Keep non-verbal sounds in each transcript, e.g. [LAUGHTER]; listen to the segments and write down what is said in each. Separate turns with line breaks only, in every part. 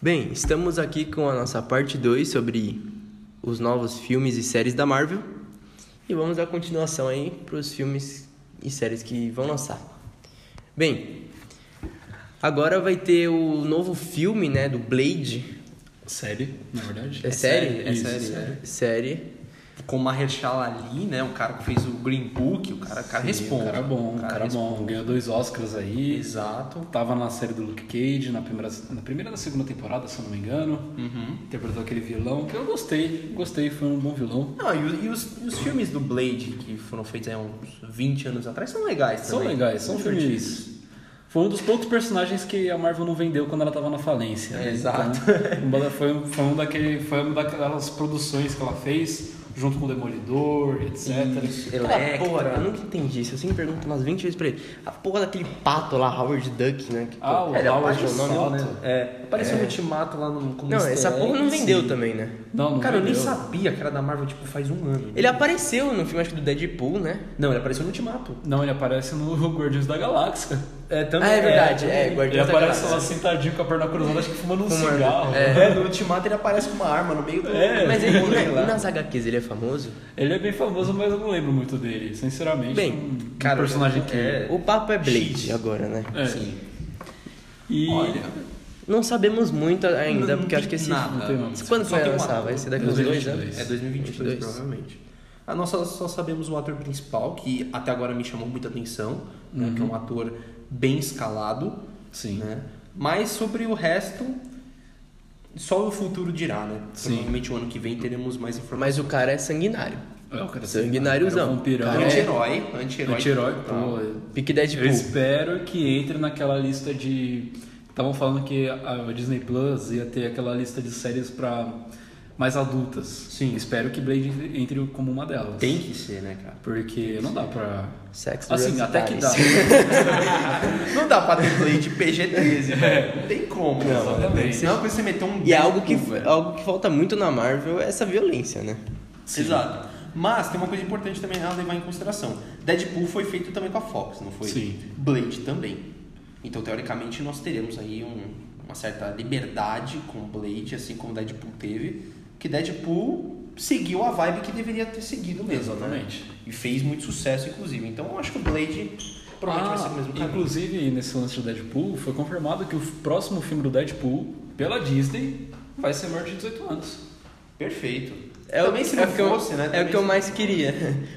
Bem, estamos aqui com a nossa parte 2 sobre os novos filmes e séries da Marvel. E vamos dar continuação aí para os filmes e séries que vão lançar. Bem, agora vai ter o novo filme, né, do Blade.
Série, na verdade.
É, série?
É
Isso,
série.
série.
série.
Série.
Com o Mahershala Ali, né? O cara que fez o Green Book, o cara, o cara
Sim,
responde. é
O cara é bom, o cara, é
responde.
bom. Ganhou dois Oscars aí.
Exato.
Tava na série do Luke Cage, na primeira, na primeira da segunda temporada, se eu não me engano.
Uhum.
Interpretou aquele vilão que eu gostei, gostei, foi um bom vilão.
Não, e, o- e os, e os filmes do Blade, que foram feitos aí há uns 20 anos atrás, são legais
São
também.
legais, são
divertidos.
filmes. Foi um dos poucos personagens que a Marvel não vendeu quando ela tava na falência. né?
Exato.
Então, uma da- foi, um- foi, um daquele, foi uma daquelas produções que ela fez, junto com o Demolidor, etc.
Aquela
Electra.
porra, eu nunca entendi isso. Eu sempre pergunto umas 20 vezes pra ele. A porra daquele pato lá, Howard Duck, né? Que,
Ah,
pô,
o
era
Howard
pato,
Duck,
nome?
né?
É, apareceu no Ultimato lá no como
Não,
easter
essa
egg,
porra não
sim.
vendeu também, né?
Não, não
Cara, eu nem
vendeu.
sabia que era da Marvel, tipo, faz um ano.
Ele é- apareceu no filme, acho que do Deadpool, né?
Não, ele apareceu no Ultimato.
Não, ele aparece no [LAUGHS] Guardiões da Galáxia.
É, também.
Ah, é verdade, é,
Ele
Guardiões da
aparece
Galáxia.
lá sentadinho com a perna cruzada, acho que fumando um
Fumando,
cigarro.
É, no Ultimato ele aparece com uma arma no meio do.
É.
Mas ele,
do rolê lá.
na, nas HQs ele é famoso?
Ele é bem famoso, mas eu não lembro muito dele, sinceramente.
Bem,
um,
cara,
um personagem que.
é-
O papo é Blade agora, né?
É.
Sim.
E
Olha,
Não sabemos muito ainda,
Não-
porque acho que esse.
nada.
não tem nome.
Quando
Só
vai
tem um
lançar?
ator.
Vai ser daqui uns dois
2022.
anos?
É 2022,
22.
provavelmente. Ah, nós só, só sabemos o ator principal, que até agora me chamou muita atenção, né, que é
Uhum.
um ator bem escalado.
Sim.
Né? Mas sobre o resto, só o futuro dirá, né?
Sim.
Provavelmente o ano que vem teremos mais informações.
Mas o cara é sanguinário.
É, o cara é
Sanguináriozão.
cara é um vampirão.
Cara, é-
Anti-herói, anti-herói.
Anti-herói,
total.
pô.
Pique
Eu
Deadpool.
espero que entre naquela lista de. Estavam falando que a Disney Plus ia ter aquela lista de séries pra mais adultas. Sim. Espero que Blade entre como uma delas.
Tem que ser, né, cara?
Porque não dá pra.
Sex
Assim,
Drugs,
até que dá.
Dice.
[LAUGHS]
Não dá pra ter play de PG-13, velho. Não tem como. Não,
exatamente.
Senão você meter um...
E é algo que,
Deadpool, velho.
algo que falta muito na Marvel é essa violência, né?
Exato. Mas tem uma coisa importante também a levar em consideração. Deadpool foi feito também com a Fox, não foi?
Sim.
Blade também. Então, teoricamente, nós teremos aí um- uma certa liberdade com Blade, assim como Deadpool teve. Que Deadpool seguiu a vibe que deveria ter seguido mesmo. né?
Exatamente.
E fez muito sucesso, inclusive. Então, eu acho que o Blade provavelmente
Ah,
vai ser o mesmo tá? caminho.
Inclusive, nesse lance do Deadpool, foi confirmado que o próximo filme do Deadpool, pela Disney, vai ser maior de 18 anos.
Perfeito.
É
também
o,
se
é
não
o que eu-
fosse, né?
É o
também
que eu
se- [LAUGHS]
mais queria.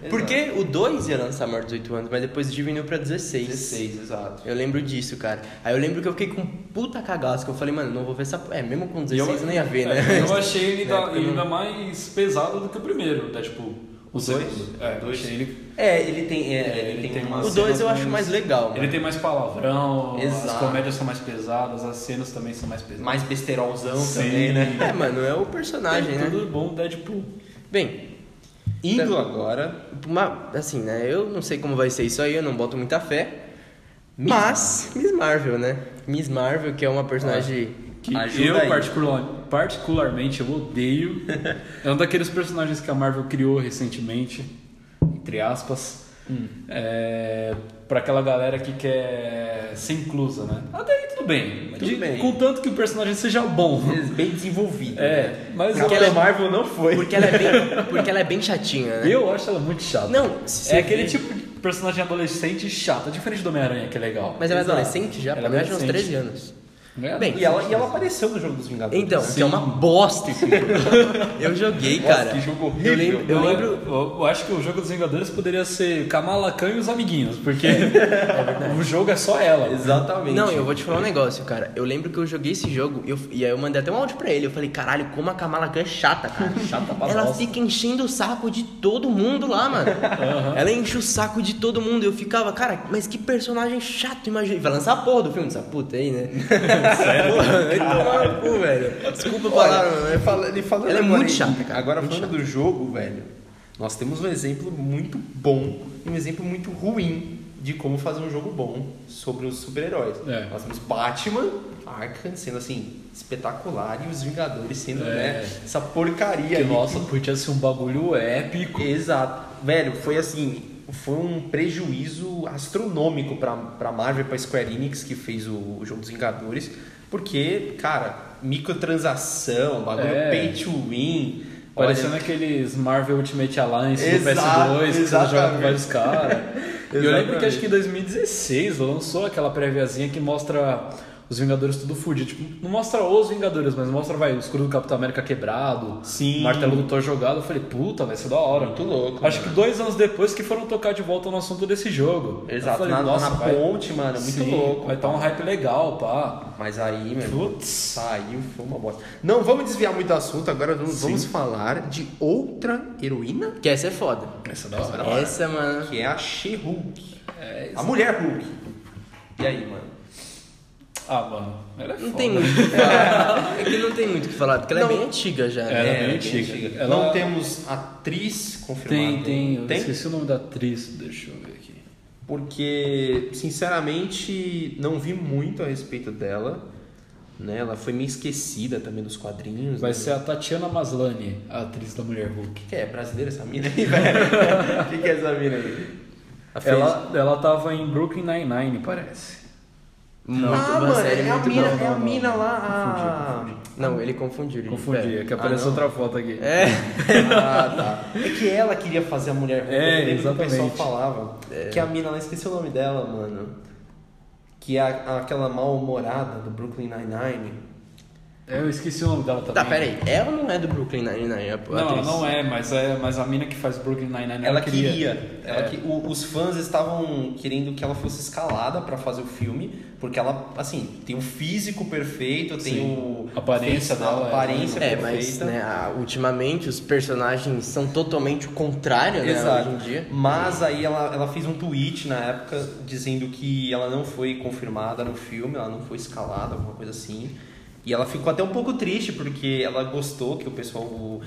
Porque o 2 ia lançar maior de 18 anos, mas depois diminuiu pra 16.
16, exato.
Eu lembro disso, cara. Aí eu lembro que eu fiquei com um puta cagaço, que eu falei, mano, não vou ver essa... p- É, mesmo com 16 eu nem ia ver, né?
[LAUGHS] É,
[LAUGHS]
eu achei ele,
Na
ainda,
época eu não-
ainda mais pesado do que o primeiro, Deadpool. O
Dois?
segundo. É, eu
Dois?
achei ele.
É, ele tem, é,
É,
ele
ele
tem,
tem
uma
umas
O 2 eu
cenas
acho mais
mais-
legal,
Ele
mano.
tem mais palavrão, as
Exato.
comédias são mais pesadas, as cenas também são mais pesadas.
mais besterolzão
Sim.
também, né?
É, mano, é o personagem,
Tem
né?
tudo bom Deadpool.
Bem,
Indo
Tá.
agora.
uma- assim, né? Eu não sei como vai ser isso aí, eu não boto muita fé. Mas, Miss Marvel, né? Miss Marvel, que é uma personagem...
Que
Ajuda aí.
eu particular- particularmente eu
[LAUGHS]
odeio. é um daqueles personagens que a Marvel criou recentemente, entre aspas.
Hum.
É, pra aquela galera que quer ser inclusa, né? Até aí tudo bem.
Tudo bem.
Contanto que o personagem seja bom.
Bem desenvolvido. né?
É, mas eu,
Porque ela é
Marvel não foi.
Porque ela
[LAUGHS]
é bem, porque ela é bem chatinha, né?
Ah. eu acho ela muito chata.
Não, se
é
você
aquele
vê-
tipo de personagem adolescente chata, diferente do Homem-Aranha, que é legal.
Mas ela é
Exato.
adolescente já,
Ela
pelo
é
menos uns
adolescente.
13 anos.
Né?
Bem,
E ela, e ela apareceu no jogo dos Vingadores.
Então, que é uma bosta esse jogo. [LAUGHS] Eu joguei,
Nossa,
cara.
que jogo
eu
horrível. é
lembro, eu lembro.
Eu, eu acho que o jogo dos Vingadores poderia ser Kamala Khan e os amiguinhos,
[LAUGHS]
porque [LAUGHS] o jogo é só ela.
Exatamente.
Não, eu vou te falar um negócio, cara. Eu lembro que eu joguei esse jogo eu- e aí eu mandei até um áudio pra ele. Eu falei, caralho, como a Kamala Khan é chata, cara.
[LAUGHS] Chata pra
Ela
bosta.
fica enchendo o saco de todo mundo lá, mano. Ela enche o saco de todo mundo. Eu ficava, cara, mas que personagem chato, imagina. Vai lançar a porra do filme dessa puta
[LAUGHS]
aí, né? Sério? Porra, vai tomar no cu, velho. Desculpa a palavra, mano.
Olha, falando, e falando
Ela é
agora
muito
em-
chata, cara,
Agora
muito
falando do jogo, velho, nós temos um exemplo muito bom e um exemplo muito ruim de como fazer um jogo bom sobre os super-heróis.
É.
Nós temos Batman, Arkham sendo assim espetacular e os Vingadores sendo
É.
né, essa porcaria
Que,
aí
nossa, podia ser um bagulho épico.
Exato. Velho, foi assim, foi um prejuízo astronômico pra, pra Marvel, pra Square Enix, que fez o, o jogo dos Vingadores, porque, cara, microtransação, um bagulho
É.
pay to win.
Parecendo
Olha,
aqueles Marvel Ultimate Alliance do
Exato,
PS2, que você joga com
exatamente.
vários caras.
[LAUGHS]
e eu lembro
Exatamente.
que acho que em 2016 lançou aquela préviazinha que mostra os Vingadores tudo fudido. Tipo, não mostra os Vingadores, mas mostra, vai, o escudo do Capitão América quebrado,
Sim.
o martelo do Thor jogado. Eu falei, puta, vai ser da hora.
Muito louco,
Acho
mano.
que dois anos depois que foram tocar de volta no assunto desse jogo.
Exato,
Eu falei,
na,
nossa,
na
vai-
ponte, mano, muito
sim,
louco.
Vai estar um hype legal, pá.
Mas aí, meu irmão,
Putz.
saiu, foi uma bosta. Não, vamos desviar muito do assunto, agora vamos, vamos falar de outra heroína,
Que essa é foda.
Essa é da hora.
Essa, mano.
que é a She-Hulk.
É,
a mulher Hulk. E aí, mano?
Ah, mano, ela é
Não
foda.
tem muito o que falar. É que não tem muito o que falar, porque ela
Não.
é bem antiga já.
É.
né?
Ela bem antiga. Ela-
Não temos atriz confirmada.
Tem, tem. Eu
Tem?
esqueci o nome da atriz, deixa eu ver aqui.
Porque, sinceramente, não vi muito a respeito dela. Né? Ela foi meio esquecida também dos quadrinhos.
Vai
né?
ser a Tatiana Maslany, a atriz da Mulher Hulk.
Que é brasileira essa mina aí, [LAUGHS] velho? O que, que é essa mina aí?
Ela, ela tava em Brooklyn Nine-Nine, parece.
Muito,
ah,
uma
mano,
série
é, a
muito
mina,
boa.
é a mina lá.
Confundi,
Não, ele confundiu. ele-
Confundi,
pera.
é que apareceu
Ah, não.
outra foto aqui.
É.
A... Ah, tá. É que ela queria fazer a mulher roupa.
É,
eu lembro que
exatamente.
o pessoal falava.
É.
Que a mina lá, esqueci o nome dela, mano. Que é a- aquela mal-humorada do Brooklyn Nine-Nine.
É, Eu esqueci o nome dela também.
Tá, pera aí. Ela não é do Brooklyn Nine-Nine, a a
Não, ela
atriz.
não é mas, é, mas a mina que faz Brooklyn Nine-Nine,
Ela queria. Ela
né? É.
que- o- os fãs estavam querendo que ela fosse escalada pra fazer o filme, porque ela, assim, tem o físico perfeito, tem
Sim.
o.
A aparência
a
dela é-
aparência
É, mas
perfeita.
né, a- ultimamente os personagens são totalmente o contrário, né?
Exato.
Hoje em dia.
Mas aí ela, ela fez um tweet na época dizendo que ela não foi confirmada no filme, ela não foi escalada, alguma coisa assim. E ela ficou até um pouco triste porque ela gostou que o pessoal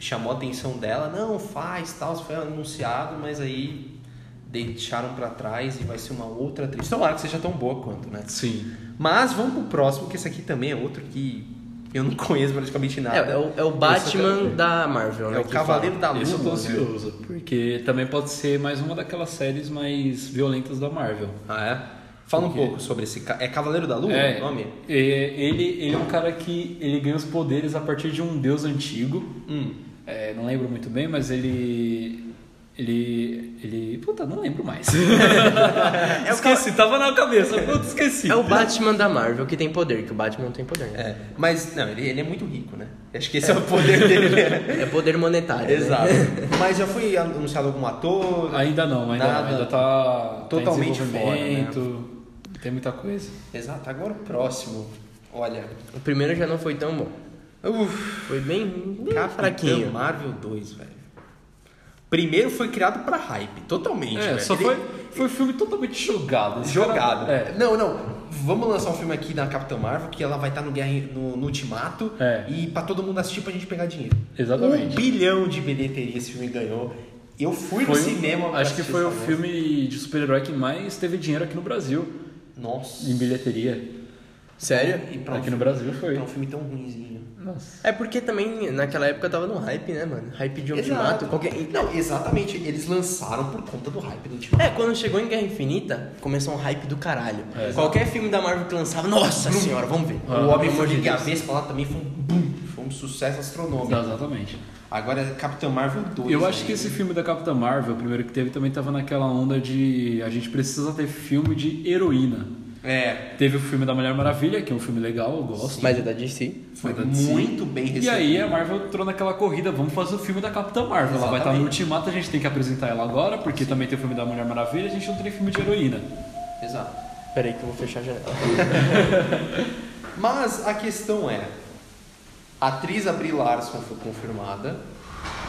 chamou a atenção dela. Não, faz, tal, isso foi anunciado, mas aí deixaram pra trás e vai ser uma outra atriz. Tomara que seja tão boa quanto, né?
Sim.
Mas vamos pro próximo, que esse aqui também é outro que eu não [LAUGHS] conheço praticamente nada.
É, é o, é o Batman da Marvel, né?
É o
que
Cavaleiro da Lua.
Esse eu tô
né?
ansioso, porque também pode ser mais uma daquelas séries mais violentas da Marvel.
Ah, é? Fala um pouco sobre esse. ca- É Cavaleiro da Lua
É,
o nome?
é, ele, ele é um cara que ele ganha os poderes a partir de um deus antigo.
Hum.
É, não lembro muito bem, mas ele. Ele. Ele. Puta, não lembro
[LAUGHS]
mais.
É
esqueci, tava na cabeça. Puta, esqueci.
É o Batman da Marvel que tem poder, que o Batman não tem poder, né?
É. Mas, não, ele, ele é muito rico, né? Acho que esse é, o poder [LAUGHS] dele.
É, poder monetário. né?
Exato. Mas já foi anunciado algum ator?
Ainda não, ainda
Nada.
não. Ainda tá.
Totalmente né?
tá em desenvolvimento, Tem muita coisa.
Exato, agora o próximo. Olha.
O primeiro já não foi tão bom.
Uf,
Foi bem, bem
Capitão
fraquinho.
Marvel 2, velho. Primeiro foi criado pra hype, totalmente.
É,
velho.
só
Ele-
foi, foi um filme totalmente jogado. Esse cara-
Jogado.
É.
Não, não. Vamos lançar um filme aqui da Capitã Marvel que ela vai estar no, Guerra- no, no Ultimato
É.
e pra todo mundo assistir pra gente pegar dinheiro.
Exatamente.
Um bilhão de bilheteria esse filme ganhou. Eu fui no
Foi um-
cinema. pra
acho que
assistir
foi o
essa merda.
filme de super-herói que mais teve dinheiro aqui no Brasil,
Nossa.
em bilheteria.
Sério?
E pra um,
Aqui
filme,
no Brasil foi.
pra um filme tão ruimzinho.
Nossa.
É porque também naquela época tava no hype, né, mano? Hype de Ultimato.
Exato.
Qualquer...
Não, exatamente. Eles lançaram por conta do hype do Ultimato.
É, quando chegou em Guerra Infinita, começou um hype do caralho.
É, exato.
Qualquer filme da Marvel que lançava, nossa senhora, vamos ver.
Ah,
o Homem
pelo amor de
Formiga e a Vespa lá também foi um boom. Foi um sucesso astronômico.
Exatamente.
Agora é Capitão Marvel 2.
Eu
né?
acho que esse filme da Capitã Marvel, o primeiro que teve, também tava naquela onda de a gente precisa ter filme de heroína.
É.
Teve o filme da Mulher Maravilha, que é um filme legal, eu gosto.
Mas é da DC.
Foi
Foi da DC.
muito bem
E
recebido.
aí a Marvel entrou naquela corrida, vamos fazer o filme da Capitã Marvel. Ela vai estar no
Exatamente.
Ultimato, a gente tem que apresentar ela agora, porque também tem o filme da Mulher Maravilha, a gente não tem filme de heroína. é
Exato.
Peraí que eu vou fechar a janela.
Mas a questão é, a atriz Brie Larson foi confirmada.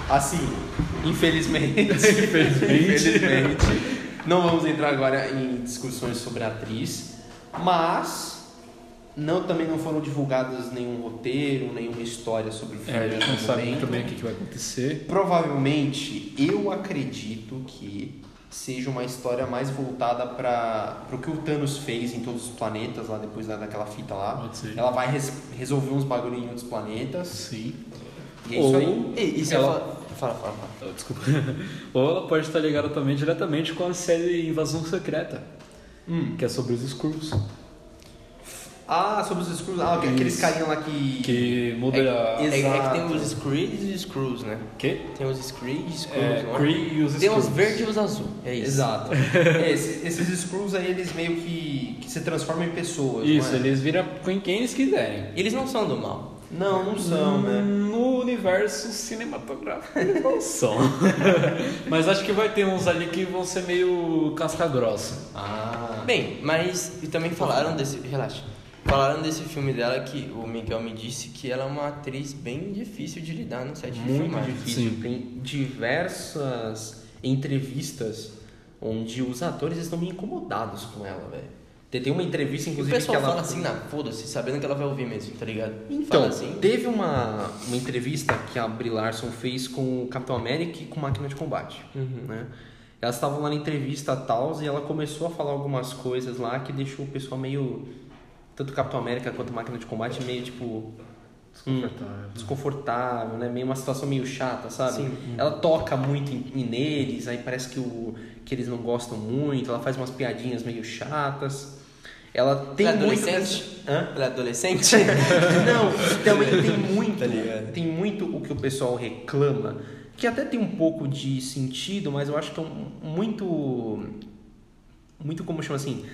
Assim,
[LAUGHS]
infelizmente,
Infelizmente.
infelizmente, não vamos entrar agora em discussões sobre a atriz, mas não também não foram divulgados nenhum roteiro, nenhuma história sobre o filme.
É, a gente não
até o
sabe
momento.
muito bem o que que vai acontecer.
Provavelmente, eu acredito que seja uma história mais voltada para o que o Thanos fez em todos os planetas, lá depois da- daquela fita lá.
Pode ser.
Ela vai res- resolver uns bagulho em outros planetas.
Sim.
E é isso aí.
Ou-
E, e se
Ela-
ela... Fala, fala, fala.
Oh, Desculpa. [LAUGHS] Ou ela pode estar ligada também diretamente Hum. com a série Invasão Secreta, que é sobre os Skrulls.
Ah, sobre os Screws. Ah, ok, aqueles
Isso.
carinha lá que.
Que muda a.
É, é que tem
Exato.
os Screeds e os Screws, né?
Que?
Tem os Screeds, Screws,
É,
não é?
Cree e os
Tem os
Skrulls.
verdes e os azul. É isso.
[LAUGHS] Exato. É, esses, esses Screws aí, eles meio que, que se transformam em pessoas.
Isso,
não é?
eles viram com quem eles quiserem.
Eles não são do mal.
Não, não são, né?
No universo cinematográfico eles [LAUGHS] não são. Mas acho que vai ter uns ali que vão ser meio casca grossa.
Ah.
Bem, mas e também falaram desse. Relaxa. Falaram desse filme dela que o Miguel me disse que ela é uma atriz bem difícil de lidar no set de
muito
filmagem.
difícil.
Sim.
Tem diversas entrevistas onde os atores estão meio incomodados com ela, velho. Tem tem uma entrevista,
O
inclusive,
pessoal
que ela
fala assim, na foda-se, sabendo que ela vai ouvir mesmo, tá ligado?
Então,
fala assim.
teve uma, uma entrevista que a Brie Larson fez com o Capitão América e com Máquina de Combate,
Uhum.
né? Elas estavam lá na entrevista tal, e ela começou a falar algumas coisas lá que deixou o pessoal meio... Tanto o Capitão América quanto a Máquina de Combate meio, tipo... hum, desconfortável, né? Meio uma situação meio chata, sabe?
Sim.
Ela toca muito em, em neles, aí parece que, o, que eles não gostam muito, ela faz umas piadinhas meio chatas. Ela tem
Pra
muito...
é adolescente?
Hã?
Ela é [LAUGHS] adolescente?
Não, também tem muito,
[LAUGHS] Tá ligado?
tem muito o que o pessoal reclama, que até tem um pouco de sentido, mas eu acho que é um- muito muito como chama assim,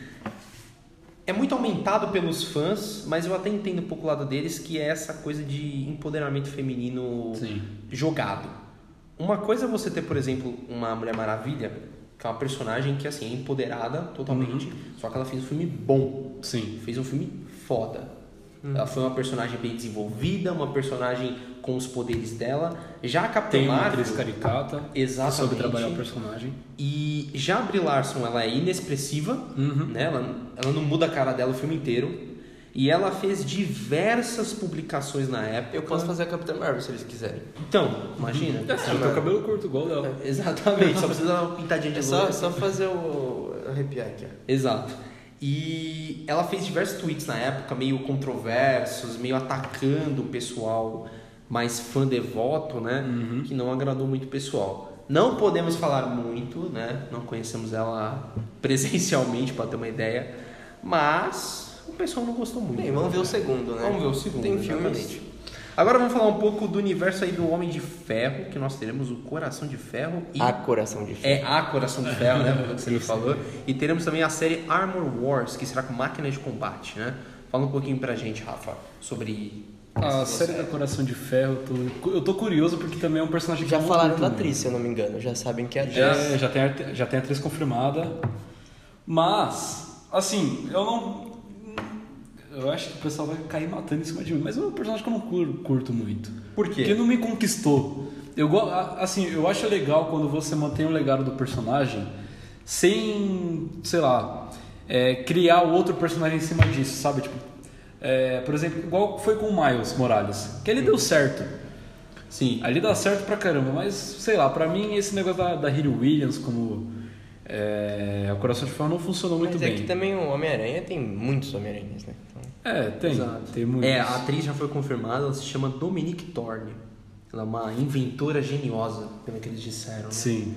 é muito aumentado pelos fãs, mas eu até entendo um pouco o lado deles que é essa coisa de empoderamento feminino
Sim.
jogado. Uma coisa é você ter, por exemplo, uma Mulher Maravilha, que é uma personagem que assim é empoderada totalmente,
Uhum.
só que ela fez um filme bom,
Sim.
fez um filme foda.
Hum.
Ela foi uma personagem bem desenvolvida, uma personagem com os poderes dela. Já a Capitã
Tem uma
Marvel,
atriz caricata. que
exatamente.
Soube trabalhar o personagem.
E já a Brie Larson, ela é inexpressiva,
Uhum.
né? Ela, ela não muda a cara dela o filme inteiro. E ela fez diversas publicações na época.
Eu posso fazer a Capitã Marvel se eles quiserem.
Então, imagina.
Ela tem o cabelo curto igual dela.
[LAUGHS] Exatamente, só precisa dar uma pintadinha de
É só,
louro.
só fazer o. arrepiar aqui, ó.
Exato. E ela fez diversos tweets na época, meio controversos, meio atacando o pessoal mais fã devoto, né?
Uhum.
Que não agradou muito o pessoal. Não podemos falar muito, né? Não conhecemos ela [LAUGHS] presencialmente para ter uma ideia, mas o pessoal não gostou muito.
Bem, vamos ver o segundo, né?
Vamos ver o segundo.
Tem filmes.
exatamente. Agora vamos falar um pouco do universo aí do Homem de Ferro, que nós teremos o Coração de Ferro e
A Coração de Ferro.
é a Coração de Ferro, né? Pelo que você me falou. E teremos também a série Armor Wars, que será com máquinas de combate, né? Fala um pouquinho pra gente, Rafa, sobre.
A
essas
série da
duas
Coração de Ferro, eu tô, eu tô curioso porque também é um personagem que
Já
eu
falaram
curto
da
muito.
atriz, se eu não me engano. Já sabem que é a atriz.
É, já tem, arte- já tem atriz confirmada. Mas, assim, eu não. Eu acho que o pessoal vai cair matando em cima de mim. Mas é um personagem que eu não cur- curto muito.
Por quê?
Porque não me conquistou. Eu, go- a- assim, eu acho legal quando você mantém o legado do personagem sem, sei lá, é, criar outro personagem em cima disso, sabe? Tipo, é, por exemplo, igual foi com o Miles Morales, que ele deu certo.
Sim.
Ali dá certo pra caramba, mas sei lá, pra mim esse negócio da, da Hilary Williams como é, o Coração de Ferro não funcionou muito
Mas é
bem.
que também o Homem-Aranha tem muitos Homem-Aranhas, né? Então,
É, tem.
Exato.
Tem muito.
É, a atriz já foi confirmada, ela se chama Dominique Thorne. Ela é uma inventora geniosa, pelo que eles disseram. né?
Sim.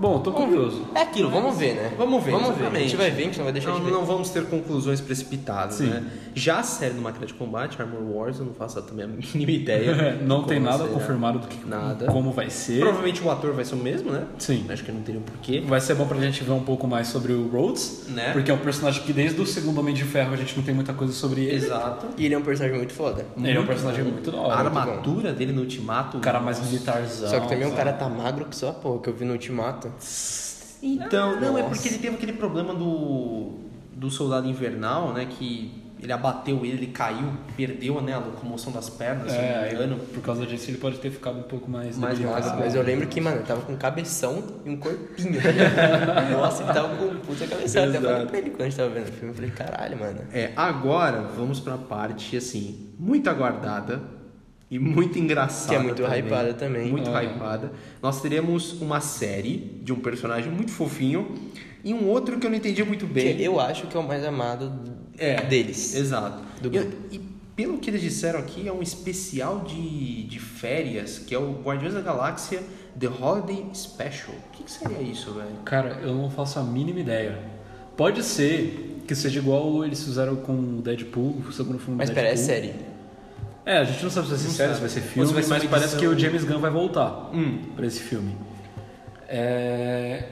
Bom, tô curioso.
É aquilo, vamos ver, né?
Vamos ver,
Vamos ver. A
exatamente.
gente vai ver, a gente não vai deixar
Não,
de ver.
não vamos ter conclusões precipitadas,
Sim.
né? Já a série do Máquina de Combate, Armor Wars, eu não faço também a
[LAUGHS]
mínima ideia. de
não
como
tem nada
né?
será.
confirmado do que
Nada.
como vai ser.
Provavelmente o ator vai ser o mesmo, né?
Sim.
Acho que não teria um porquê.
Vai ser bom pra gente ver um pouco mais sobre o Rhodes,
Né?
porque é um personagem que desde o segundo Homem de Ferro a gente não tem muita coisa sobre ele.
Exato.
E ele é um personagem muito né? foda.
Ele é um personagem muito da
A
hora.
armadura dele no ultimato.
O cara mais militarzão.
Só que também o
sabe?
cara tá magro que só a porra, que eu vi no Ultimato.
Então, não, é
Nossa.
porque ele teve aquele problema do. do soldado invernal, né? Que ele abateu ele, ele caiu, perdeu né, a locomoção das pernas, se eu não
É,
me engano.
aí, por causa disso ele pode ter ficado um pouco mais.
Mais
debilitado.
magro,
Mas eu lembro que, mano, eu tava com um cabeção e
[LAUGHS]
um corpinho. tá ligado? Nossa, ele tava com um puta cabeção. Eu Até falei
Exato.
pra ele quando a gente tava vendo o filme. Eu falei, caralho, mano.
É, agora vamos pra parte, assim, muito aguardada e muito engraçada.
Que é muito
também.
hypada É. também.
Muito
Ah.
hypada. Nós teremos uma série de um personagem muito fofinho e um outro que eu não entendi muito bem.
Que eu acho que é o mais amado
É,
deles.
Exato.
Do
e, e pelo que eles disseram aqui, é um especial de, de férias, que é o Guardiões da Galáxia The Holiday Special. O que, que seria isso, velho?
Cara, eu não faço a mínima ideia. Pode ser que seja igual eles fizeram com o Deadpool, o segundo filme
Mas
do
pera, é
um Deadpool.
série.
É, a gente não sabe se vai ser série, se vai ser filme,
se vai ser
mas
uma
parece
edição-
que o James Gunn vai voltar
Hum.
pra esse filme. É...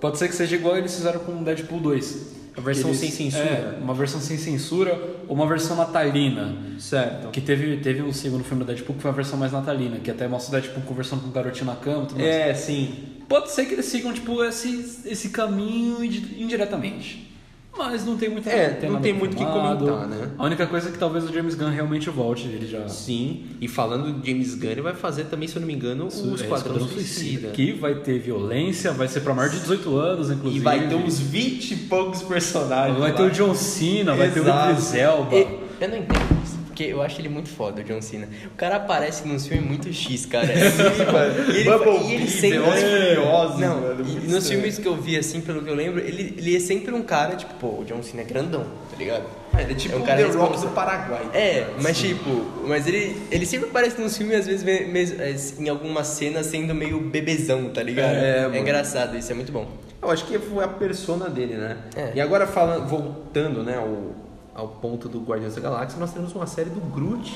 Pode ser que seja igual eles fizeram com o Deadpool 2.
A versão
Eles-
sem censura.
É, uma versão sem censura ou uma versão natalina.
Certo.
Que teve, teve um segundo filme do Deadpool que foi uma versão mais natalina, que até mostra o Deadpool conversando com o garotinho na cama. e Tudo mais.
É, sim.
Pode ser que eles sigam tipo, esse, esse caminho indi- indiretamente. Mas não tem muito
É,
tem
não
nada
tem muito o que
confirmado.
comentar, né?
A única coisa é que talvez o James Gunn realmente volte, ele já.
Sim. E falando de James Gunn, ele vai fazer também, se eu não me engano, o é Esquadrão Suicida.
Que vai ter violência, vai ser pra maior de 18 anos, inclusive.
E vai ter um uns 20 e poucos personagens.
Vai
lá.
ter o John Cena, vai ter o
Exato.
Idris Elba.
E- eu não entendo isso, porque eu acho ele muito foda, o John Cena. O cara aparece num filme muito X,
[LAUGHS]
cara. e ele,
Bumblebee,
e ele sempre.
Velozes e Furiosos,
não,
mano, muito
e nos
estranho.
filmes que eu vi, assim, pelo que eu lembro, ele, ele é sempre um cara, tipo, pô, o John Cena é grandão, tá ligado?
É, ele é tipo
É um
o
cara
The Rock
responsa-
do Paraguai.
É, mas tipo, mas ele, ele sempre aparece nos filmes, às vezes, me- mes- em algumas cenas, sendo meio bebezão, tá ligado?
É, mano.
é engraçado, isso é muito bom.
Eu acho que foi a persona dele, né?
É.
E agora falando, voltando, né, ao, ao ponto do Guardiões da Galáxia, nós temos uma série do Groot,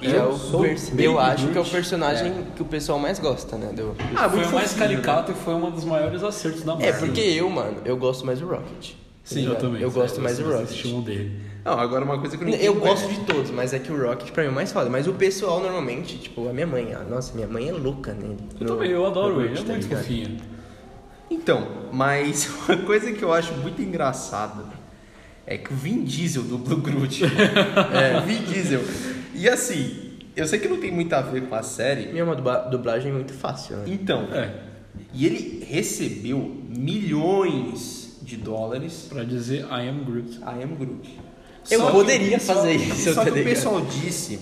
velho.
é o
Groot.
pers- eu acho que é o personagem que o pessoal mais gosta, né? Do,
Ah,
foi
muito
o mais
fofinho,
caricato e foi um dos maiores acertos da
É,
Marvel.
porque eu, mano, eu gosto mais do Rocket.
Sim, eu também. É,
Eu gosto
sabe?
mais do
Vocês
Rocket.
assistiam dele.
Não, agora uma coisa que eu não
Eu
entendo
gosto
é-
de todos, mas é que o Rocket pra mim é o mais foda. Mas o pessoal normalmente, tipo, a minha mãe, ah, nossa, minha mãe é louca nele.
Eu
No-
também, eu adoro
no
ele, é
Groot, tá
muito
ligado?
fofinho.
Então, mas [LAUGHS] uma coisa que eu acho muito engraçada é que o Vin Diesel dubla o
[LAUGHS]
Groot. é, o Vin Diesel. E assim, eu sei que não tem muito a ver com a série.
E é uma duba- dublagem muito fácil, né?
Então,
É,
e ele recebeu milhões de dólares.
pra dizer I am Groot.
I am Groot.
Eu
que-
poderia fazer
só-
isso,
Só
tá
que o
ligado?
pessoal disse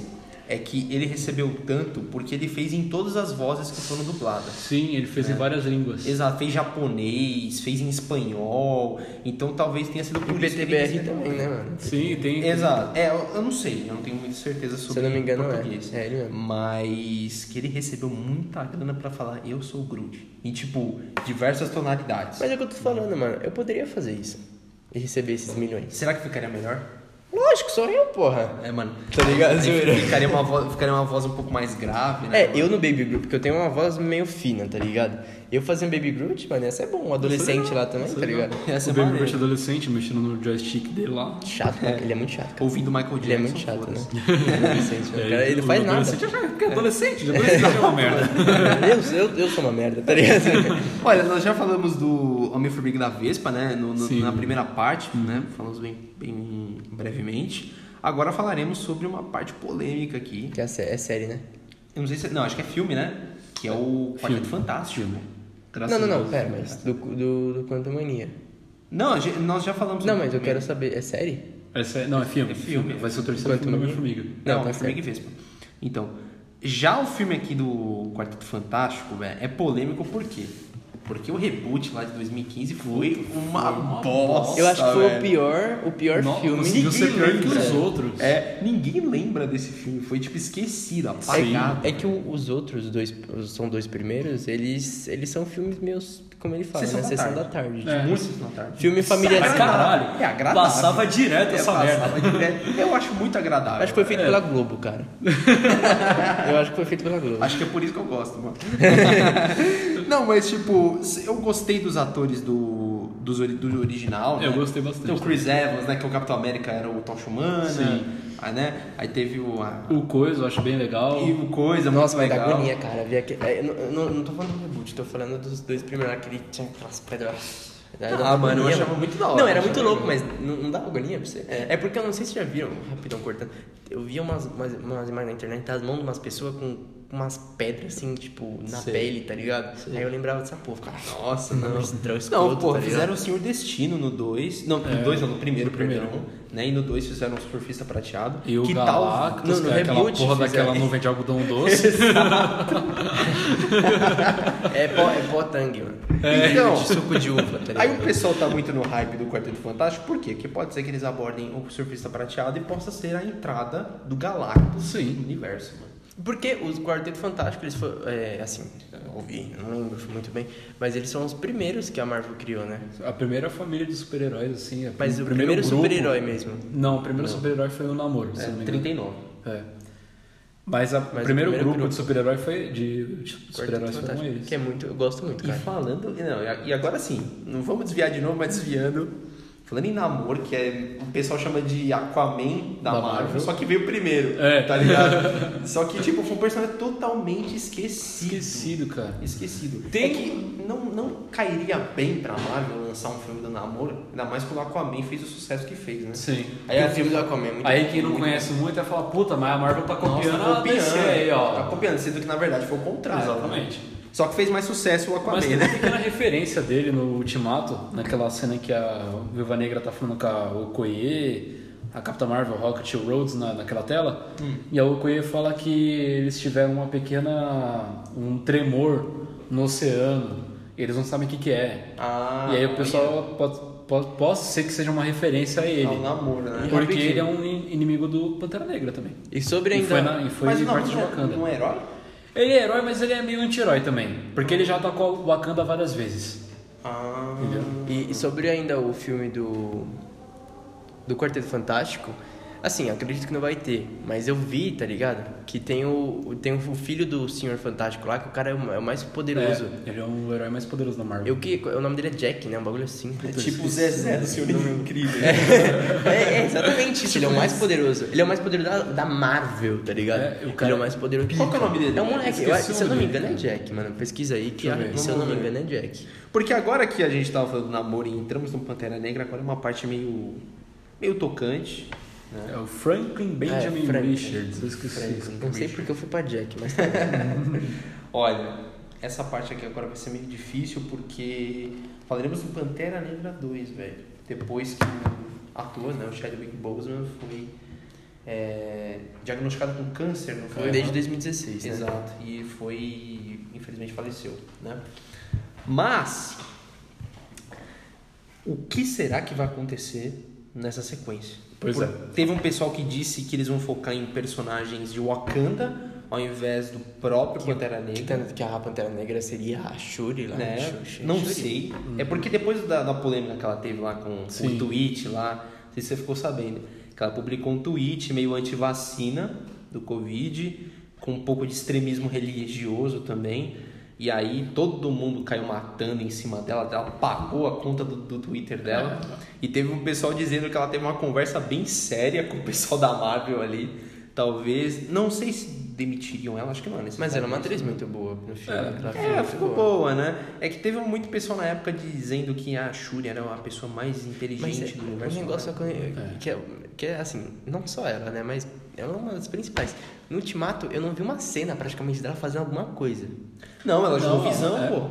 é que ele recebeu tanto porque ele fez em todas as vozes que foram dubladas.
Sim, ele fez em várias línguas.
Exato, fez japonês, fez em espanhol, então talvez tenha sido
E
por
o
isso que ele
PTBR
quis-
também, né, mano?
Sim, tem.
Exato. É, eu, eu não sei, eu não tenho muita certeza sobre
Se eu não me engano, é.
português.
É ele mesmo.
Mas que ele recebeu muita grana pra falar eu sou o Groot. Em tipo, diversas tonalidades.
Mas é o que eu tô falando, mano. Eu poderia fazer isso. E receber esses milhões.
Será que ficaria melhor?
Lógico, sou eu, porra.
É, mano.
Tá ligado,
Aí
zoeira?
Ficaria uma, voz, ficaria uma voz um pouco mais grave, né?
É, eu no Baby Groot, porque eu tenho uma voz meio fina, tá ligado? Eu fazer um Baby Groot, mano, ia ser bom. Um adolescente lá também, tá ligado?
Essa
o
é
Baby
maneiro.
Groot adolescente mexendo no joystick dele lá.
Chato, né? ele é muito chato. cara.
Ouvindo Michael Jackson.
Ele é muito chato, né?
foda-se.
Adolescente,
[LAUGHS]
né? O cara,
É,
ele
o
não faz
adolescente
nada.
já- cara, Adolescente, adolescente é uma merda.
Eu, eu, eu sou uma merda, tá ligado?
Olha, nós já falamos do Homem Formiga da Vespa, né? No- no-
Sim.
na primeira parte,
Uhum.
né? Falamos bem, bem brevemente. Agora falaremos sobre uma parte polêmica aqui.
Que é, sé- é série, né?
Eu não sei se. Não, acho que é filme, né? Que é o Quarteto Fantástico.
não, não, não, pera, mas do, do, do Quantum Mania.
Não, a gente- nós já falamos
Não,
sobre
mas eu
filme.
quero saber, é série?
Essa é- não, é filme.
É filme.
Vai ser o terceiro
Quanto
filme do
no-
Homem-Formiga.
Não,
Não,
tá
Homem Formiga e Vespa. Então, já o filme aqui do Quarteto Fantástico, velho, é polêmico por quê? Porque o reboot lá de 2015 foi uma bosta.
eu acho que foi
velho.
o pior, o pior
Não,
filme.
Conseguiu ser
Ninguém
é pior que os
lembra.
outros.
É, ninguém lembra desse filme, foi tipo esquecido, apagado.
É, é que o- os outros dois, os- são dois primeiros, eles, eles são filmes meus, como ele fala,
Sessão
né?
da
Sessão
tarde.
da tarde.
É.
Muitos na tarde.
Filme familiar.
Mas caralho,
É agradável.
passava
É
direto essa merda.
merda. Eu acho muito agradável.
Acho que foi feito
É.
pela
[LAUGHS]
Globo, cara. eu acho que foi feito pela Globo.
Acho que é por isso que eu gosto,
[LAUGHS]
mano. Não, mas tipo, eu gostei dos atores do, dos ori- do original.
Eu
né?
gostei bastante.
Tem o Chris Evans, né? Que o Capitão América era o Tosh Humana.
Sim.
Aí, né? Aí teve o. A,
O Coisa eu acho bem legal.
e o Coisa,
Nossa,
muito
mas
legal.
da agonia, cara. Ver aquele, é, eu não, eu não, eu não tô falando do reboot, tô falando dos dois primeiros lá que ele tinha aquelas pedras. Dava
Ah,
uma
mano, eu
agonia,
achava muito da hora,
Não, era
achava
muito louco,
legal.
mas não, não dava agonia pra você. É. porque eu não sei se vocês já viram, rapidão cortando. Eu vi umas, umas, umas imagens na internet das mãos de umas pessoas com umas pedras assim, tipo, na
Sei.
pele, tá ligado? Aí eu lembrava dessa porra, cara.
Nossa, não.
Estranho, escroto,
Não, pô,
tá ligado?
fizeram o Senhor Destino no 2. Não, no 2 não, É, no primeiro,
no primeiro.
perdão. Né? E no 2 fizeram o Surfista Prateado.
E o
que
Galactus,
Não, no
que é aquela
reboot
porra
fizeram.
daquela nuvem de algodão
[LAUGHS]
doce.
É pó, é pó tangue, mano.
tal. Então,
De suco de uva, tá ligado?
Aí o pessoal tá muito no hype do Quarteto Fantástico, por quê? Porque pode ser que eles abordem o surfista prateado e possa ser a entrada do Galactus
Sim.
no universo, mano.
Porque o Quarteto Fantástico, eles foram, é, assim, eu ouvi, não lembro muito bem, mas eles são os primeiros que a Marvel criou, né?
A primeira família de super-heróis, assim. a-
Mas o primeiro,
grupo-
super-herói mesmo.
Não, o primeiro
Não.
super-herói foi o Namoro, se eu não me
É,
engano.
39.
É. Mas, a,
Mas
o primeiro
o primeiro
grupo,
grupo.
de super-herói foi. De, de super-heróis foram
Quarteto Fantástico,
eles.
que é muito, eu gosto muito,
E
cara.
falando. Não, e agora sim, não vamos desviar de novo, mas desviando. Falando em namoro, que é, o pessoal chama de Aquaman da,
Da
Marvel,
Marvel.
só que veio primeiro,
É.
tá [LAUGHS] ligado? só que, tipo, foi um personagem totalmente esquecido.
Esquecido, cara.
Esquecido.
Tem-
É que não, não cairia bem pra Marvel lançar um filme do namoro, ainda mais quando o Aquaman fez o sucesso que fez, né?
Sim.
Aí o filme do Aquaman é muito
Aí quem não
muito-
conhece muito vai falar, puta, mas a Marvel tá copiando
Nossa,
a DC aí,
Tá
ó. É,
copiando, sendo que na verdade foi o contrário.
Exatamente.
Só que fez mais sucesso o Aquaman,
Mas tem
né?
uma pequena referência dele no Ultimato, naquela cena em que a Viúva Negra tá falando com a Okoye, a Capitã Marvel, Rocket e o Rhodes na, naquela tela. E a Okoye fala que eles tiveram uma pequena... um tremor no oceano. E eles não sabem o que que é.
Ah,
e aí o pessoal pode, pode, pode ser que seja uma referência a
olha, Ao
ele.
namoro, né?
Porque
Rapidinho.
ele é um in- inimigo do Pantera Negra também.
E sobre
E
ainda...
foi, na, e foi
mas o
parte
namoro
de
não é-
Wakanda.
não é herói?
Ele é herói, mas ele é meio anti-herói também. Porque ele já atacou o Wakanda várias vezes.
Ah,
Entendeu?
E, e sobre ainda o filme do do Quarteto Fantástico, assim, acredito que não vai ter, mas eu vi, tá ligado? Que tem o o- tem o filho do Senhor Fantástico lá, que o cara é o, é o mais poderoso.
É, ele é o herói mais poderoso da Marvel.
Eu que o nome dele é Jack, né? Um bagulho assim.
é tipo o Zezé do seu livro incrível.
É, é exatamente isso. Ele é o mais poderoso. Ele é o mais poderoso da, da Marvel, tá ligado?
É, o cara
ele é o mais poderoso.
Qual que é o nome dele?
É um moleque.
Esqueci
eu-
o
se eu não
nome
me
dele,
engano é
cara.
Jack, mano. Pesquisa aí que
Deixa eu ver.
se eu não me
Vamos ver.
engano é Jack.
[LAUGHS] Porque agora que a gente tava falando do namoro e entramos no Pantera Negra, agora é uma parte meio, meio tocante.
É o Franklin Benjamin
É, Franklin. Então
Richards. Eu esqueci.
Não sei porque eu fui pra Jack, mas tá bom.
[LAUGHS] Olha, essa parte aqui agora vai ser meio difícil porque falaremos do Pantera Negra 2, velho. Depois que o ator, né, o Chadwick Boseman, foi é, diagnosticado com câncer, não foi?
Desde 2016, né?
Exato, e foi, infelizmente, faleceu, né? Mas, o que será que vai acontecer nessa sequência?
Pois é.
Teve um pessoal que disse que eles vão focar em personagens de Wakanda ao invés do próprio Pantera Negra.
Tanto que a Pantera Negra seria a Shuri lá.
Né?
Shuri,
Não
Shuri.
sei. É porque depois da, da polêmica que ela teve lá com, com
Sim.
o tweet lá, não sei se você ficou sabendo, que ela publicou um tweet meio anti-vacina do Covid, com um pouco de extremismo religioso também. E aí todo mundo caiu matando em cima dela, ela pagou a conta do, do Twitter dela. E teve um pessoal dizendo que ela teve uma conversa bem séria com o pessoal da Marvel ali. Talvez. Não sei se demitiriam ela, acho que não, né?
Mas ela é uma atriz muito boa no filme.
É.
Ela
É,
muito
ficou boa, né? É que teve muito pessoal na época dizendo que a Shuri era a pessoa mais
Mas
inteligente
é,
do
o
universo.
negócio é que- que, é, que é assim, não só ela, né? Mas ela é uma das principais. No Ultimato, eu não vi uma cena praticamente dela fazendo alguma coisa.
Não, ela jogou
Não,
visão,
é.
pô.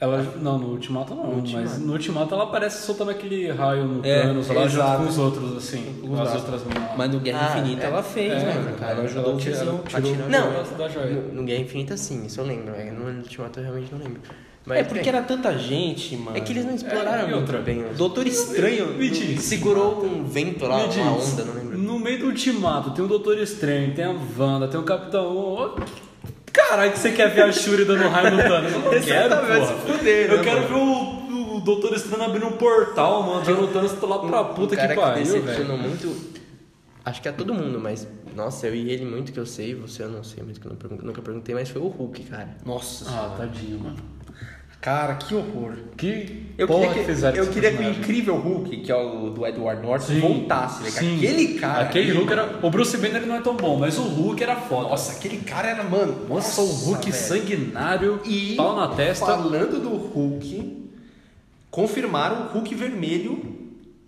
Ela, não, no Ultimato não.
No Ultimato.
Mas no Ultimato ela aparece soltando aquele raio no
É,
Thanos lá
exato.
junto com os outros, assim. Com as
Exato.
outras meninas.
Mas no Guerra
Ah,
Infinita
é.
ela fez,
É,
mano. Cara, ela
ela
ajudou o
tira- ela
tiozão a
tirou- é.
tirar.
Não,
gosto da joia.
no, no Guerra Infinita sim, isso eu lembro. é, No Ultimato eu realmente não lembro. Mas,
É porque
bem,
era tanta gente, mano.
é que eles não exploraram
É, e outra?
muito bem. né?
Doutor Estranho.
Me diz.
Segurou um vento lá,
Me
uma
diz,
onda, né? não lembro.
No meio do ultimato tem o Doutor Estranho, tem a Wanda, tem o Capitão. Ô, Caralho, que você quer ver a Shuri dando raio no Thanos? Eu não quero,
Exatamente,
porra.
se fuder,
Eu
né,
quero ver o, o Doutor Estranho abrindo um portal, mandando o Thanos lá pra puta
um cara
que pariu, velho.
decepcionou muito. Acho que a todo mundo, mas nossa, eu e ele muito que eu sei, você eu não sei muito que eu não pergun- nunca perguntei, mas foi o Hulk, cara.
Nossa.
Ah, tadinho, mano.
Cara, que horror.
Que
Eu
porra
queria, que,
fizeram
eu
com esse
queria que o
personagem.
incrível Hulk, que é o do Edward Norton,
Sim,
voltasse. Né? Que
sim.
Aquele cara.
Aquele Hulk era. O Bruce Banner não é tão bom, mas o Hulk era foda.
Nossa, aquele cara era, mano.
Nossa, o Hulk
velho.
sanguinário,
E
pau na testa.
Falando do Hulk, confirmaram o Hulk vermelho.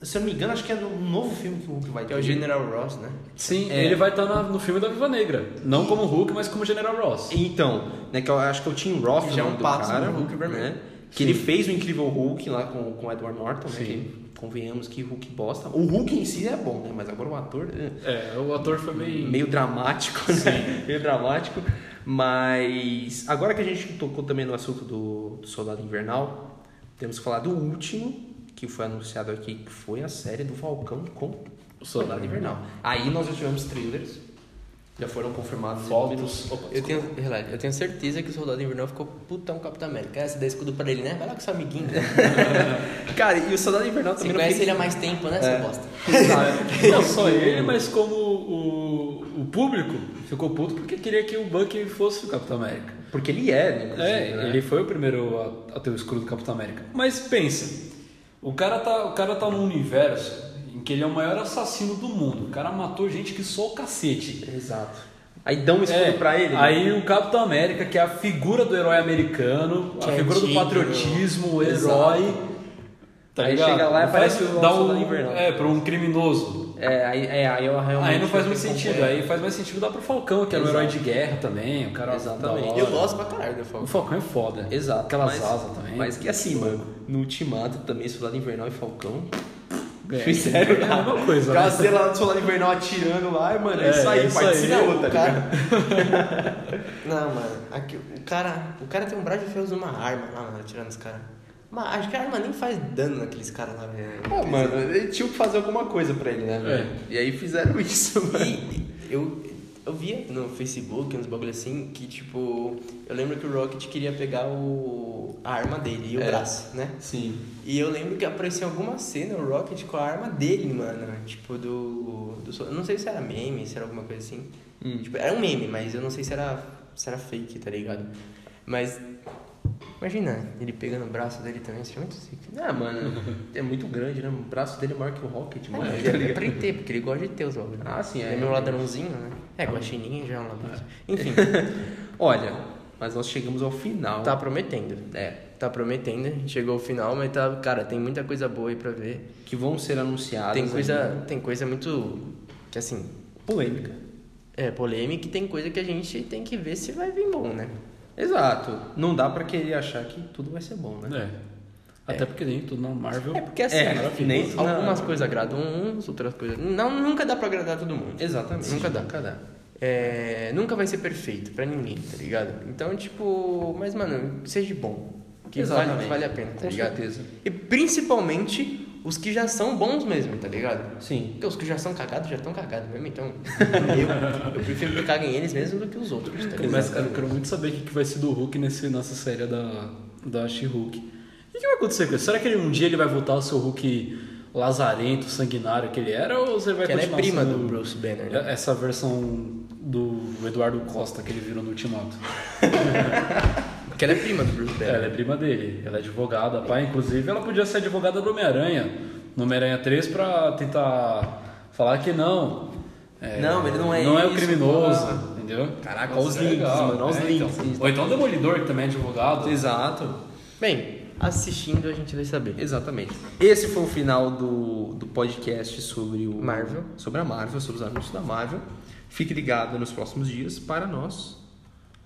Se eu não me engano, acho que é no novo filme que o Hulk vai ter.
Que é o General Ross, né?
Sim,
É.
ele vai estar no filme da Viva Negra. Não como Hulk, mas como General Ross.
Então, né, que eu acho que é o Tim Roth,
Que já é
o
um
nome do
passo
cara,
no Hulk vermelho.
né? Que ele fez o incrível Hulk lá com, com o Edward Norton, né? Que, convenhamos que Hulk bosta. O Hulk em si é bom, né? Mas agora o ator. eh,
É, o ator foi meio. [LAUGHS]
meio dramático, [LAUGHS] né? meio dramático. Mas agora que a gente tocou também no assunto do, do Soldado Invernal, temos que falar do último que foi anunciado aqui, que foi a série do Falcão com o Soldado Invernal. Aí nós já tivemos trailers. Já foram confirmados
Fotos.
inúmeros- Opa,
Eu tenho, relaxa, eu tenho certeza que o Soldado Invernal ficou putão com o Capitão América. Essa dá escudo pra ele, né? Vai lá com seu amiguinho.
É. Cara, e o Soldado Invernal
Você
também
conhece
é
ele há mais tempo, né,
É.
seu bosta?
Não só ele, mas como o, o público ficou puto porque queria que o Bucky fosse o Capitão América.
Porque ele é, inclusive,
um- É,
né?
ele foi o primeiro a, a ter o escudo do Capitão América. Mas pensa, o cara, tá, o cara tá num universo em que ele é o maior assassino do mundo. O cara matou gente que só o cacete.
Exato. Aí dão um escudo
É,
pra ele. né?
Aí o Capitão América, que é a figura do herói americano,
Que
a
é
figura do
digno.
patriotismo, o
Exato.
herói. Tá
Aí
ligado?
chega lá e
Não faz-
parece o
dá
Soldado
um-
Invernal.
É, pra um criminoso.
É, aí, é, aí eu realmente.
Aí não faz muito
fico com
sentido,
pena.
aí faz mais sentido dar pro Falcão, que era um
Exato.
herói de guerra também, o cara
Exatamente.
da hora.
Eu gosto pra caralho do
O
Falcão.
Falcão é foda.
Exato.
Aquelas
mas-
asas
Né?
também.
Mas que assim, mano. No Ultimato também, Soldado Invernal e Falcão. [LAUGHS]
É,
Fizeram
é a mesma coisa, né?
Casei lá do Soldado Invernal atirando lá, e, mano,
É,
é isso
é
aí,
isso
parte
aí.
outra, tá ligado?
[LAUGHS] Não, mano. Aqui, o, cara, o cara tem um braço e usa uma arma lá, mano, atirando os caras. Mas acho que a arma nem faz dano naqueles caras lá, velho.
Ah, mano, ele tinha que fazer alguma coisa pra ele, né, velho?
É.
E aí fizeram isso, [LAUGHS] mano.
E eu, eu via no Facebook, uns bagulho assim, que tipo. Eu lembro que o Rocket queria pegar o, a arma dele e o
É.
braço, né?
Sim.
E eu lembro que apareceu alguma cena o Rocket com a arma dele, mano. Tipo, do. do sol- eu não sei se era meme, se era alguma coisa assim.
Hum.
Tipo, era um meme, mas eu não sei se era, se era fake, tá ligado? Mas. Imagina, ele pegando o braço dele também, isso é muito sick.
Ah, mano, é muito grande, né? O braço dele é maior que o Rocket, mano. tá
É, ele é pra ele ter, porque ele gosta de ter os bagulhos.
Ah, sim, é. Ah.
é. meu ladrãozinho, né? É, guaxininha já é um ladrão.
[LAUGHS]
Enfim,
Olha, mas nós chegamos ao final.
tá prometendo.
É.
Tá prometendo, chegou o final, mas tá. Cara, tem muita coisa boa aí pra ver.
Que vão ser anunciadas.
Tem
ainda.
coisa, tem coisa muito. que assim.
polêmica.
É polêmica e tem coisa que a gente tem que ver se vai vir bom, né?
Exato. Não dá pra querer achar que tudo vai ser bom, né?
É. Até porque nem tudo na Marvel.
É porque assim,
É,
maravilhoso.
nem-
algumas
não.
coisas agradam uns, outras coisas. Não, nunca dá pra agradar todo mundo.
Exatamente.
É. Nunca dá.
Nunca dá.
É, nunca vai ser perfeito pra ninguém, tá ligado? Então, tipo, mas mano, seja bom. Que vale,
Exatamente.
vale a pena, tá
Com
ligado?
certeza.
E principalmente os que já são bons mesmo, tá ligado?
Sim.
Porque os que já são cagados já estão cagados mesmo, então. [LAUGHS] eu, eu prefiro que caguem eles mesmo do que os outros, tá ligado?
Mas, cara, eu quero muito saber o que que vai ser do Hulk nesse, nessa série da, da She-Hulk. O que que vai acontecer com isso? Será que ele, um dia ele vai voltar ao seu Hulk lazarento, sanguinário que ele era? Ou você vai
Que ela é
continuar
prima
sendo
do Bruce Banner, né?
Essa versão do Eduardo Costa que ele virou no Ultimato.
Porque ela é prima do Bruce Banner.
Ela é prima dele, ela é advogada, pá. Inclusive, ela podia ser advogada do Homem-Aranha, no Homem-Aranha 3, pra tentar falar que não. é,
Não, ele não é
Não é o
isso,
criminoso,
pá.
entendeu?
Caraca,
Nossa,
olha os
é
links,
legal,
mano, olha os
é,
links.
então. Ou então o Demolidor, que também é advogado.
Exato.
Bem, assistindo a gente vai saber.
Exatamente. Esse foi o final do, do podcast sobre o
Marvel.
sobre a Marvel, sobre os anúncios da Marvel. Fique ligado nos próximos dias para nós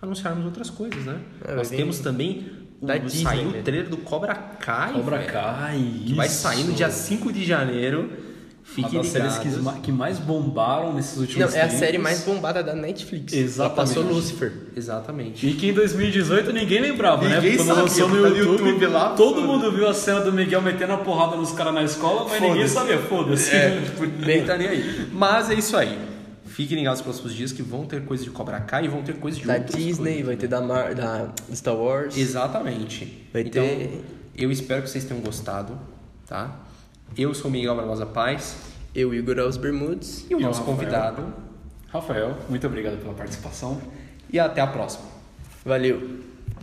anunciarmos outras coisas, né?
É, Um vai
nós
vir
temos também o,
da Disney,
saiu o
velho.
trailer do Cobra Kai.
Cobra
velho,
Kai,
Que vai
isso.
sair no dia 5 de janeiro.
Uma
Fique
das séries que,
ligado.
ma- que mais bombaram nesses
Não,
últimos
é a
tempos.
série mais bombada da Netflix.
Exatamente.
Já passou Lucifer.
Exatamente.
E que em 2018 ninguém lembrava,
Ninguém
né? Quando
sabia,
lançou no
tá no
YouTube,
YouTube lá,
todo
foda-se.
mundo viu a cena do Miguel metendo a porrada nos caras na escola, mas ninguém
Foda-se.
sabia, foda-se. [LAUGHS]
É, tipo, nem tá nem aí. Mas é isso aí. Fiquem ligados nos próximos dias que vão ter coisa de Cobra Kai e vão ter coisa de
Da
outras
Disney,
coisas. né?
vai ter da, Mar da Star Wars.
Exatamente.
Vai
então,
ter-
eu espero que vocês tenham gostado, tá? Eu sou Miguel Barbosa Paz
Eu, Igor aos Bermudes.
e o
E o
nosso
Rafael.
convidado.
Rafael, muito obrigado pela participação.
E até a próxima.
Valeu.